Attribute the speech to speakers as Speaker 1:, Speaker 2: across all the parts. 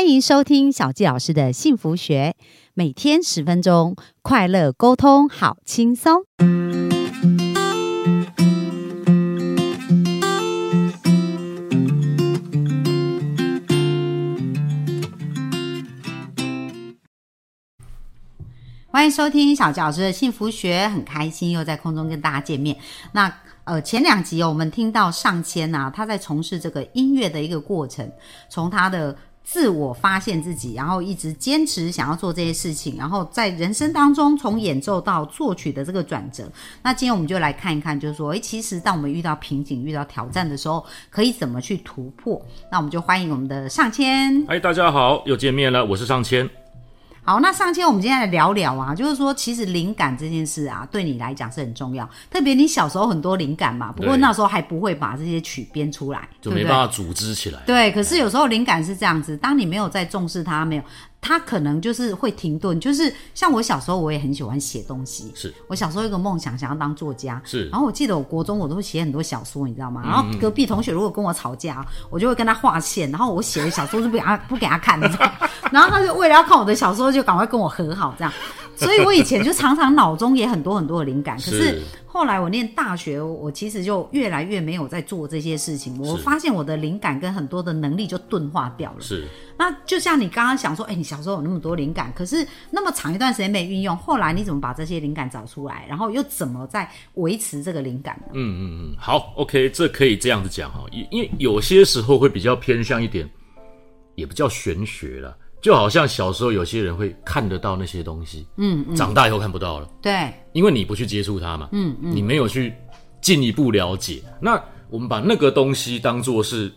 Speaker 1: 欢迎收听小纪老师的幸福学，每天十分钟，快乐沟通，好轻松。欢迎收听小纪老师的幸福学，很开心又在空中跟大家见面。那呃，前两集哦，我们听到上千啊，他在从事这个音乐的一个过程，从他的自我发现自己，然后一直坚持想要做这些事情，然后在人生当中从演奏到作曲的这个转折。那今天我们就来看一看，就是说，诶，其实当我们遇到瓶颈、遇到挑战的时候，可以怎么去突破？那我们就欢迎我们的上千。
Speaker 2: 嗨，哎大家好，又见面了，我是上千。
Speaker 1: 好，那上千我们今天来聊聊啊，就是说，其实灵感这件事啊，对你来讲是很重要，特别你小时候很多灵感嘛，不过
Speaker 2: 对
Speaker 1: 那时候还不会把这些曲编出来，对
Speaker 2: 就
Speaker 1: 不
Speaker 2: 没
Speaker 1: 对
Speaker 2: 办法组织起来。
Speaker 1: 对，可是有时候灵感是这样子，当你没有在重视它，没有，它可能就是会停顿。就是像我小时候，我也很喜欢写东西。
Speaker 2: 是
Speaker 1: 我小时候有一个梦想，想要当作家。
Speaker 2: 是嗯
Speaker 1: 然后我记得我国中我都会写很多小说，你知道吗？然后隔壁同学如果跟我吵架，我就会跟他划线，然后我写的小说就不给他 不给他看，你知道吗？ 然后他就为了要看我的小说，就赶快跟我和好这样。所以我以前就常常脑中也很多很多的灵感，可是
Speaker 2: 是
Speaker 1: 后来我念大学，我其实就越来越没有在做这些事情。我
Speaker 2: 是
Speaker 1: 发现我的灵感跟很多的能力就钝化掉了。
Speaker 2: 是
Speaker 1: 那就像你刚刚想说，哎、你小时候有那么多灵感，可是那么长一段时间没运用，后来你怎么把这些灵感找出来？然后又怎么在维持这个灵感呢？
Speaker 2: 嗯，好，OK，这可以这样子讲哈，因因为有些时候会比较偏向一点，也不叫玄学了，就好像小时候有些人会看得到那些东西，嗯，嗯长大以后看不到了，
Speaker 1: 对，
Speaker 2: 因为你不去接触它嘛，嗯嗯，你没有去进一步了解。那我们把那个东西当做是，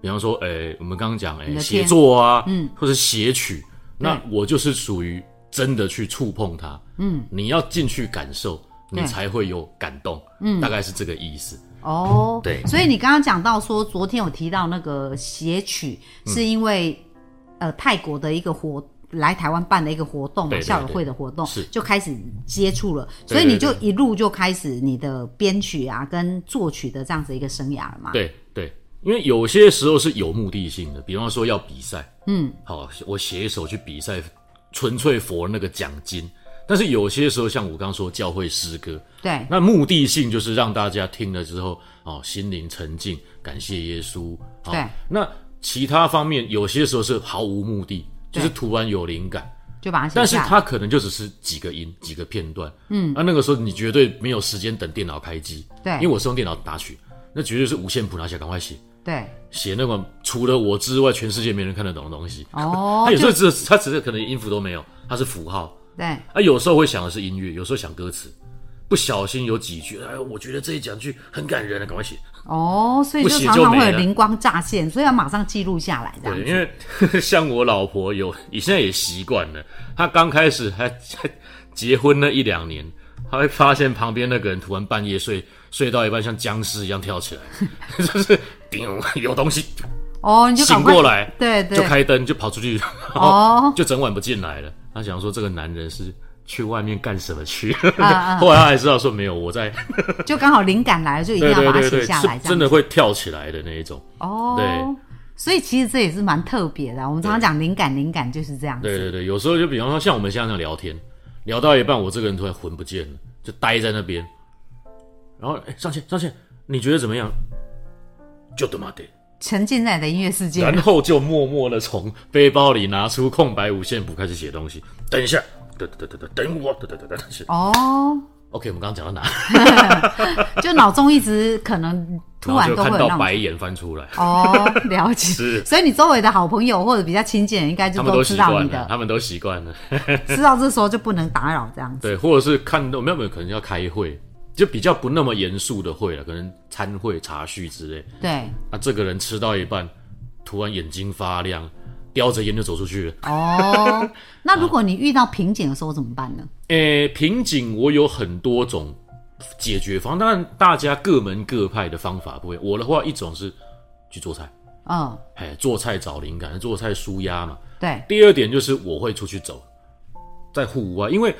Speaker 2: 比方说，哎、我们刚刚讲，哎、
Speaker 1: 你的
Speaker 2: 写
Speaker 1: 天
Speaker 2: 作啊，嗯，或者写曲，那
Speaker 1: 对
Speaker 2: 我就是属于真的去触碰它，嗯，你要进去感受，你
Speaker 1: 对
Speaker 2: 才会有感动，嗯，大概是这个意思。
Speaker 1: 哦，
Speaker 2: 对
Speaker 1: 所以你刚刚讲到说，昨天有提到那个写曲，
Speaker 2: 嗯
Speaker 1: 是因为、呃泰国的一个活来台湾办的一个活动嘛，
Speaker 2: 对对
Speaker 1: 校友会的活动
Speaker 2: 是，
Speaker 1: 就开始接触了，所
Speaker 2: 对
Speaker 1: 以你
Speaker 2: 对
Speaker 1: 就
Speaker 2: 对
Speaker 1: 一路就开始你的编曲啊跟作曲的这样子一个生涯了嘛。
Speaker 2: 对对，因为有些时候是有目的性的，比方说要比赛，嗯，好，我写一首去比赛，纯粹佛那个奖金。但是有些时候，像我刚刚说教会诗歌，
Speaker 1: 对
Speaker 2: 那目的性就是让大家听了之后，哦，心灵沉静，感谢耶稣。哦
Speaker 1: 对，
Speaker 2: 那其他方面有些时候是毫无目的，就
Speaker 1: 对
Speaker 2: 是突然有灵感，
Speaker 1: 就把它写
Speaker 2: 但是
Speaker 1: 下来。
Speaker 2: 它可能就只是几个音、几个片段。嗯，那、那个时候你绝对没有时间等电脑开机，
Speaker 1: 对
Speaker 2: 因为我是用电脑打曲，那绝对是五线谱拿起来赶快写。
Speaker 1: 对，
Speaker 2: 写那种除了我之外，全世界没人看得懂的东西。
Speaker 1: 哦
Speaker 2: 他有时候只是他只是可能音符都没有，它是符号。
Speaker 1: 对，
Speaker 2: 啊，有时候会想的是音乐，有时候想歌词，不小心有几句，哎，我觉得这一两句很感人了，啊赶快写。
Speaker 1: 哦，所以
Speaker 2: 不
Speaker 1: 就
Speaker 2: 写
Speaker 1: 常
Speaker 2: 就
Speaker 1: 常
Speaker 2: 没
Speaker 1: 会有
Speaker 2: 了
Speaker 1: 灵光乍现，所以要马上记录下来这样
Speaker 2: 对，
Speaker 1: 子。
Speaker 2: 因 为像我老婆有，你现在也习惯了。她刚开始还还结婚那一两年，她会发现旁边那个人突然半夜睡睡到一半，像僵尸一样跳起来， 就是叮，有东西
Speaker 1: 哦，你就赶
Speaker 2: 醒
Speaker 1: 快
Speaker 2: 过来，
Speaker 1: 对对，
Speaker 2: 就开灯就跑出去，
Speaker 1: 哦
Speaker 2: 就整晚不进来了。他想说这个男人是去外面干什么去？
Speaker 1: 啊
Speaker 2: 后来他才知道说没有，我在，
Speaker 1: 就刚好灵感来了，就一定
Speaker 2: 对
Speaker 1: 要把
Speaker 2: 对
Speaker 1: 它
Speaker 2: 对
Speaker 1: 写
Speaker 2: 对，
Speaker 1: 下来，
Speaker 2: 是
Speaker 1: 这样
Speaker 2: 真
Speaker 1: 子
Speaker 2: 的会跳起来的那一种。
Speaker 1: 哦，
Speaker 2: 对，
Speaker 1: 所以其实这也是蛮特别的啊、我们常常讲灵感，灵感就是这样子。
Speaker 2: 对对对，有时候就比方说像我们现在这样聊天，聊到一半，我这个人突然魂不见了，就呆在那边。然后，哎，上线上线，你觉得怎么样？就他妈的，
Speaker 1: 沉浸在你的音乐世界
Speaker 2: 然后就默默的从背包里拿出空白五线谱开始写东西。等一下，等等等等等我，等等等等等。写
Speaker 1: 哦，
Speaker 2: OK，我们刚刚讲到哪？
Speaker 1: 就脑中一直可能 突然
Speaker 2: 就
Speaker 1: 都会
Speaker 2: 看
Speaker 1: 有
Speaker 2: 到
Speaker 1: 那种
Speaker 2: 白眼翻出来，
Speaker 1: 哦，了解。
Speaker 2: 是
Speaker 1: 所以你周围的好朋友或者比较亲近的人，应该就
Speaker 2: 他们都
Speaker 1: 知
Speaker 2: 习
Speaker 1: 道
Speaker 2: 惯
Speaker 1: 你
Speaker 2: 了，
Speaker 1: 的，
Speaker 2: 他们都习惯了。
Speaker 1: 知道这时候就不能打扰这样子。
Speaker 2: 对，或者是看到没有没有可能要开会，就比较不那么严肃的会了，可能参会、茶叙之类。
Speaker 1: 对，
Speaker 2: 啊，这个人吃到一半，突然眼睛发亮，叼着烟就走出去了。
Speaker 1: 哦，那如果你遇到瓶颈的时候怎么办呢？
Speaker 2: 诶，瓶颈我有很多种解决方案，当然大家各门各派的方法不一样。我的话，一种是去做菜，
Speaker 1: 嗯，
Speaker 2: 哎，做菜找灵感，做菜舒压嘛。
Speaker 1: 对，
Speaker 2: 第二点就是我会出去走，在户外，因为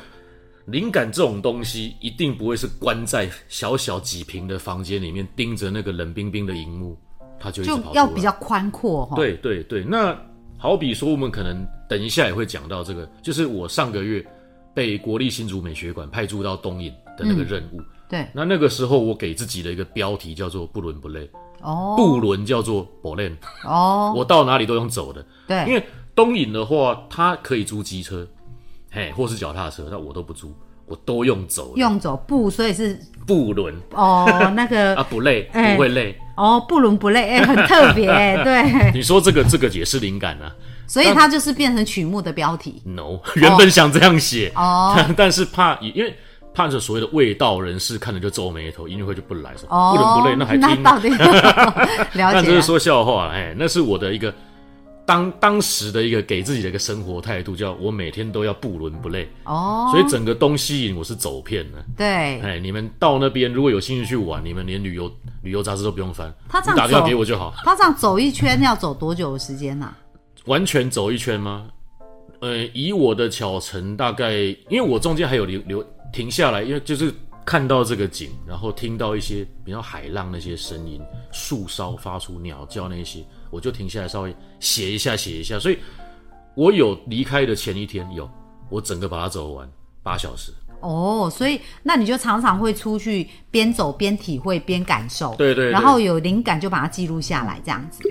Speaker 2: 灵感这种东西一定不会是关在小小几平的房间里面盯着那个冷冰冰的荧幕，它就一直
Speaker 1: 就
Speaker 2: 跑出来。
Speaker 1: 要比较宽阔哈、哦。
Speaker 2: 对对对，那好比说，我们可能等一下也会讲到这个，就是我上个月被国立新竹美学馆派驻到东引的那个任务。
Speaker 1: 对，
Speaker 2: 那那个时候，我给自己的一个标题叫做“不伦不类”，
Speaker 1: 哦
Speaker 2: 不伦叫做 b o l e n
Speaker 1: 哦，
Speaker 2: 我到哪里都用走的。因
Speaker 1: 对，
Speaker 2: 为东引的话，它可以租机车，嘿，或是脚踏车，那我都不租，我都用走的。
Speaker 1: 用走不，所以是
Speaker 2: 不伦
Speaker 1: 哦那个
Speaker 2: 啊，不累，
Speaker 1: 哎
Speaker 2: 不会累。
Speaker 1: 哦不伦不类，哎、很特 别、哎对，
Speaker 2: 你说这个这个也是灵感啊
Speaker 1: 所以它就是变成曲目的标题
Speaker 2: ？No，原 本想这样写，
Speaker 1: 哦
Speaker 2: 但但是怕因为。怕着所谓的味道人士看了就皱眉头，音乐会就不来，说
Speaker 1: 哦，
Speaker 2: 不伦不类，那还听吗？
Speaker 1: 到 底了
Speaker 2: 但
Speaker 1: 解
Speaker 2: 这
Speaker 1: 了
Speaker 2: 是说笑话，哎，那是我的一个当当时的一个给自己的一个生活态度，叫我每天都要不伦不类，
Speaker 1: 哦，
Speaker 2: 所以整个东西引我是走遍了。
Speaker 1: 对
Speaker 2: 哎，你们到那边如果有兴趣去玩，你们连旅游旅游杂志都不用翻，
Speaker 1: 他这样
Speaker 2: 你打电话
Speaker 1: 走
Speaker 2: 给我就好。
Speaker 1: 他这样走一圈要走多久的时间啊呐、
Speaker 2: 完全走一圈吗？呃，以我的脚程大概，因为我中间还有留留停下来，因为就是看到这个景，然后听到一些比较海浪那些声音，树梢发出鸟叫那些，我就停下来稍微写一下写一下，所以我有离开的前一天有，我整个把它走完八小时。
Speaker 1: 哦，所以那你就常常会出去边走边体会边感受，
Speaker 2: 对对对
Speaker 1: 然后有灵感就把它记录下来，这样子。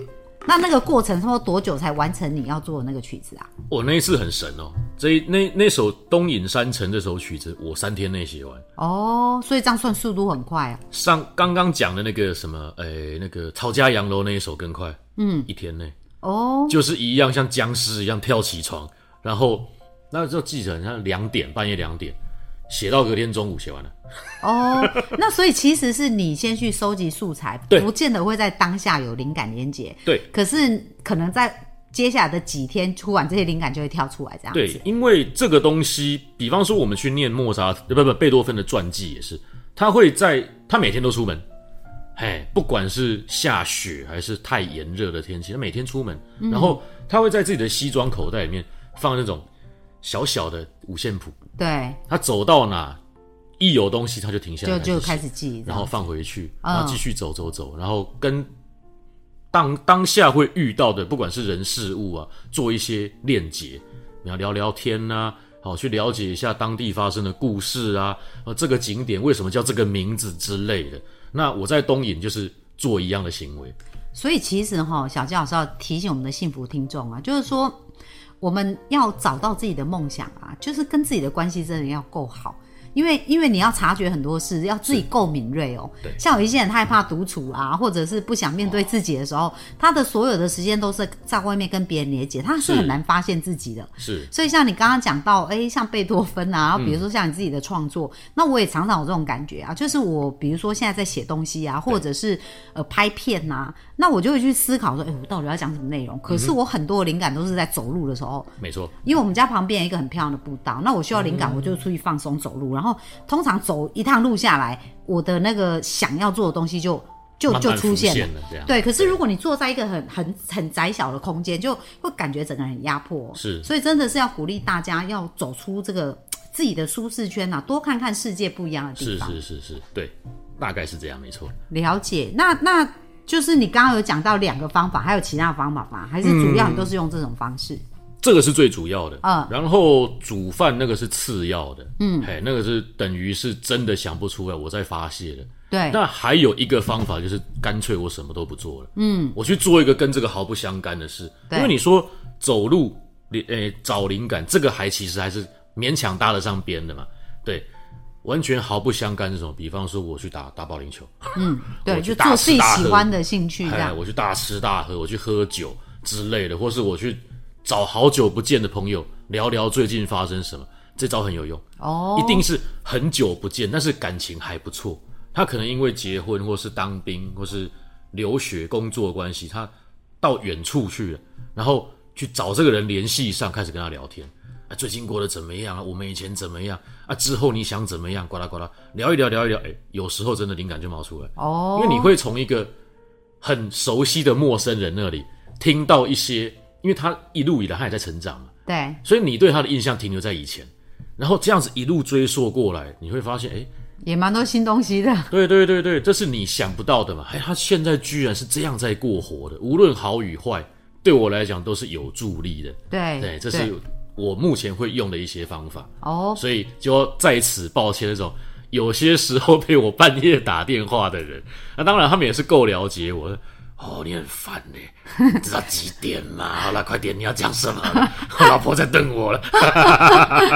Speaker 1: 那那个过程差不多多久才完成你要做的那个曲子啊？
Speaker 2: 我、那一次很神哦，这一那那首《东引山城》这首曲子，我三天内写完。
Speaker 1: 哦，所以这样算速度很快啊。
Speaker 2: 上刚刚讲的那个什么，诶、那个抄家洋楼那一首更快，嗯，一天内
Speaker 1: 哦，
Speaker 2: 就是一样像僵尸一样跳起床，然后那就记成像两点，半夜两点写到隔天中午写完了，
Speaker 1: 哦， 那所以其实是你先去收集素材，
Speaker 2: 对
Speaker 1: 不见得会在当下有灵感连接，
Speaker 2: 对
Speaker 1: 可是可能在接下来的几天，突然这些灵感就会跳出来，这样
Speaker 2: 对
Speaker 1: 子。，
Speaker 2: 因为这个东西，比方说我们去念莫扎特，不不贝多芬的传记也是，他会在他每天都出门，嘿，不管是下雪还是太炎热的天气，他每天出门，
Speaker 1: 嗯
Speaker 2: 然后他会在自己的西装口袋里面放那种小小的五线谱。
Speaker 1: 对，
Speaker 2: 他走到哪，一有东西他就停下来
Speaker 1: 就就开
Speaker 2: 写，
Speaker 1: 始记，
Speaker 2: 然后放回去，
Speaker 1: 嗯
Speaker 2: 然后继续走走走，然后跟当当下会遇到的，不管是人事物啊，做一些链接，你要聊聊天呐、好去了解一下当地发生的故事啊，呃，这个景点为什么叫这个名字之类的。那我在东引就是做一样的行为，
Speaker 1: 所以其实哈、小鸡老师要提醒我们的幸福听众啊，就是说我们要找到自己的梦想啊，就是跟自己的关系真的要够好。因为因为你要察觉很多事，要自己够敏锐哦
Speaker 2: 对。
Speaker 1: 像有一些人他害怕独处啊，或者是不想面对自己的时候，他的所有的时间都是在外面跟别人连接，他是
Speaker 2: 是
Speaker 1: 很难发现自己的。
Speaker 2: 是
Speaker 1: 所以像你刚刚讲到，哎，像贝多芬
Speaker 2: 嗯
Speaker 1: 啊，然后比如说像你自己的创作，那我也常常有这种感觉啊，就是我比如说现在在写东西啊，或者是呃拍片呐、那我就会去思考说，哎，我到底要讲什么
Speaker 2: 嗯
Speaker 1: 内容？可是我很多灵感都是在走路的时候。
Speaker 2: 没错，
Speaker 1: 因为我们家旁边有一个很漂亮的步道，那我需要灵
Speaker 2: 嗯
Speaker 1: 感，我就出去放松走路。然后通常走一趟路下来，我的那个想要做的东西就就
Speaker 2: 慢
Speaker 1: 就
Speaker 2: 慢
Speaker 1: 出
Speaker 2: 浮
Speaker 1: 现了。
Speaker 2: 现了这样。
Speaker 1: 对，可是如果你坐在一个很很很窄小的空间，就会感觉整个人很压迫哦、
Speaker 2: 是
Speaker 1: 所以真的是要鼓励大家要走出这个自己的舒适圈啊，多看看世界不一样的地
Speaker 2: 是
Speaker 1: 方，
Speaker 2: 是是是，对，大概是这样，没错。
Speaker 1: 了解。那那就是你刚刚有讲到两个方法，还有其他的方法吗？还是主要你都是用这种方式？
Speaker 2: 嗯这个是最主要的，
Speaker 1: 嗯
Speaker 2: 然后煮饭那个是次要的，嗯，嘿，那个是等于是真的想不出来，我在发泄的。
Speaker 1: 对，
Speaker 2: 那还有一个方法就是干脆我什么都不做了，嗯，我去做一个跟这个毫不相干的事，
Speaker 1: 对
Speaker 2: 因为你说走路，你诶、找灵感，这个还其实还是勉强搭得上边的嘛，嗯对，完全毫不相干是什么？比方说我去打打保龄球，
Speaker 1: 对，
Speaker 2: 我去
Speaker 1: 就
Speaker 2: 大
Speaker 1: 做
Speaker 2: 吃
Speaker 1: 自己
Speaker 2: 大
Speaker 1: 喜
Speaker 2: 喝
Speaker 1: 欢的兴趣这
Speaker 2: 哎，
Speaker 1: 样。
Speaker 2: 我去大吃大喝，我去喝酒之类的，或是我去找好久不见的朋友聊聊最近发生什么，这招很有用，
Speaker 1: 哦，
Speaker 2: 一定是很久不见，但是感情还不错。他可能因为结婚，或是当兵，或是留学、工作关系，他到远处去了，然后去找这个人联系上，开始跟他聊天。啊，最近过得怎么样啊？我们以前怎么样啊？之后你想怎么样？呱啦呱啦，聊一聊，聊一聊，哎，有时候真的灵感就冒出来。
Speaker 1: 哦，
Speaker 2: 因为你会从一个很熟悉的陌生人那里听到一些，因为他一路以来他也在成长嘛，
Speaker 1: 对
Speaker 2: 所以你对他的印象停留在以前，然后这样子一路追溯过来，你会发现，哎，
Speaker 1: 也蛮多新东西的。
Speaker 2: 对对对对，这是你想不到的嘛，哎，他现在居然是这样在过活的，无论好与坏，对我来讲都是有助力的。
Speaker 1: 对
Speaker 2: 对，这是我目前会用的一些方法，
Speaker 1: 哦，
Speaker 2: 所以就要在此抱歉那种有些时候被我半夜打电话的人。那当然，他们也是够了解我。哦，你很烦呢，你知道几点吗？好了，快点，你要讲什么？我 老婆在瞪我了。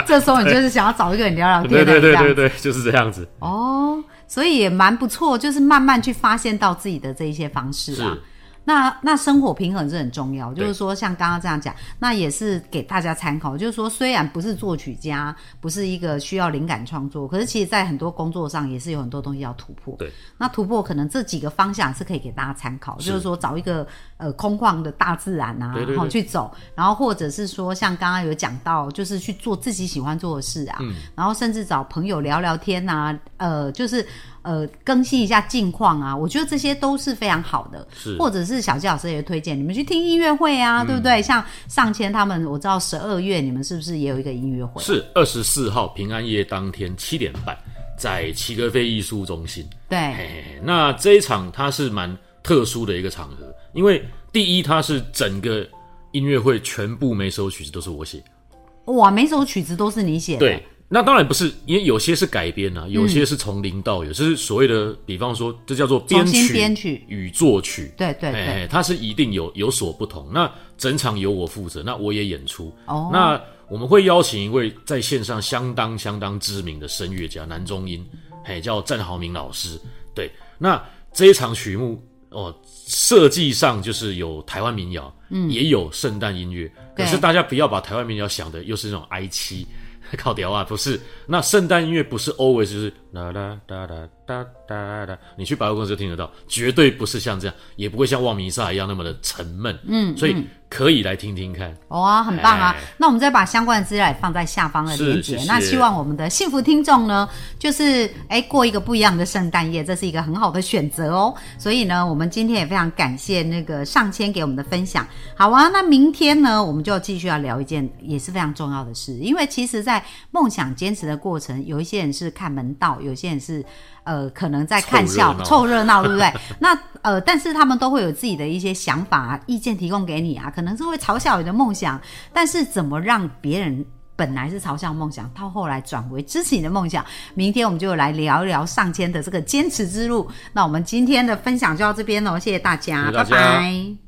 Speaker 1: 这时候你就是想要找一个 人聊聊
Speaker 2: 对
Speaker 1: 天的
Speaker 2: 对
Speaker 1: 哦这
Speaker 2: 对
Speaker 1: 样
Speaker 2: 对对，就是这样子。
Speaker 1: 哦，所以也蛮不错，就是慢慢去发现到自己的这一些方式啊
Speaker 2: 是。
Speaker 1: 那那生活平衡是很重要，
Speaker 2: 对
Speaker 1: 就是说像刚刚这样讲，那也是给大家参考。就是说，虽然不是作曲家，不是一个需要灵感创作，可是其实在很多工作上也是有很多东西要突破。
Speaker 2: 对，
Speaker 1: 那突破可能这几个方向是可以给大家参考，
Speaker 2: 是
Speaker 1: 就是说找一个呃空旷的大自然啊，
Speaker 2: 对对对
Speaker 1: 然后去走，然后或者是说像刚刚有讲到，就是去做自己喜欢做的事
Speaker 2: 嗯
Speaker 1: 啊，然后甚至找朋友聊聊天呐、呃，就是呃更新一下近况啊，我觉得这些都是非常好的。
Speaker 2: 是
Speaker 1: 或者是小纪老师也推荐你们去听音乐会啊，对不
Speaker 2: 嗯
Speaker 1: 对？像上千他们，我知道十二月你们是不是也有一个音乐会？
Speaker 2: 是二十四号平安夜当天七点半，在齐格飞艺术中心。
Speaker 1: 对，
Speaker 2: 哎，那这一场它是蛮特殊的一个场合，因为第一，它是整个音乐会全部每首曲子都是我写，
Speaker 1: 哇，每首曲子都是你写的，
Speaker 2: 对。那当然不是，因为有些是改编啊，有些是从零到有，就是所谓的，比方说，这叫做编
Speaker 1: 重新
Speaker 2: 曲、
Speaker 1: 编曲
Speaker 2: 与作曲，
Speaker 1: 对对对
Speaker 2: 哎，它是一定有有所不同。那整场由我负责，那我也演出。
Speaker 1: 哦
Speaker 2: 那我们会邀请一位在线上相当相当知名的声乐家，男中音，哎，叫郑豪明老师。对，那这一场曲目哦，设计上就是有台湾民谣，嗯，也有圣诞音乐。可
Speaker 1: 对
Speaker 2: 是大家不要把台湾民谣想的又是那种哀戚。 靠屌啊，不是，那圣诞音乐不是 always 就是哒哒哒哒哒哒哒，你去百货公司就听得到，绝对不是像这样，也不会像望弥撒一样那么的沉闷，嗯，所以可以来听听看，
Speaker 1: 哇、很棒啊
Speaker 2: 哎！
Speaker 1: 那我们再把相关的资料也放在下方的链
Speaker 2: 是
Speaker 1: 接。
Speaker 2: 谢谢
Speaker 1: 那希望我们的幸福听众呢，就是哎过一个不一样的圣诞夜，这是一个很好的选择哦。所以呢，我们今天也非常感谢那个上千给我们的分享。好啊，那明天呢，我们就继续要聊一件也是非常重要的事，因为其实，在梦想坚持的过程，有一些人是看门道，有些人是呃可能在看
Speaker 2: 凑热
Speaker 1: 笑
Speaker 2: 闹
Speaker 1: 凑热闹，对 不对？那呃，但是他们都会有自己的一些想法、意见提供给你啊，可能是会嘲笑你的梦想，但是怎么让别人本来是嘲笑梦想，到后来转为支持你的梦想？明天我们就来聊一聊上千的这个坚持之路。那我们今天的分享就到这边喽，谢谢大家，
Speaker 2: 谢谢大家
Speaker 1: 拜拜。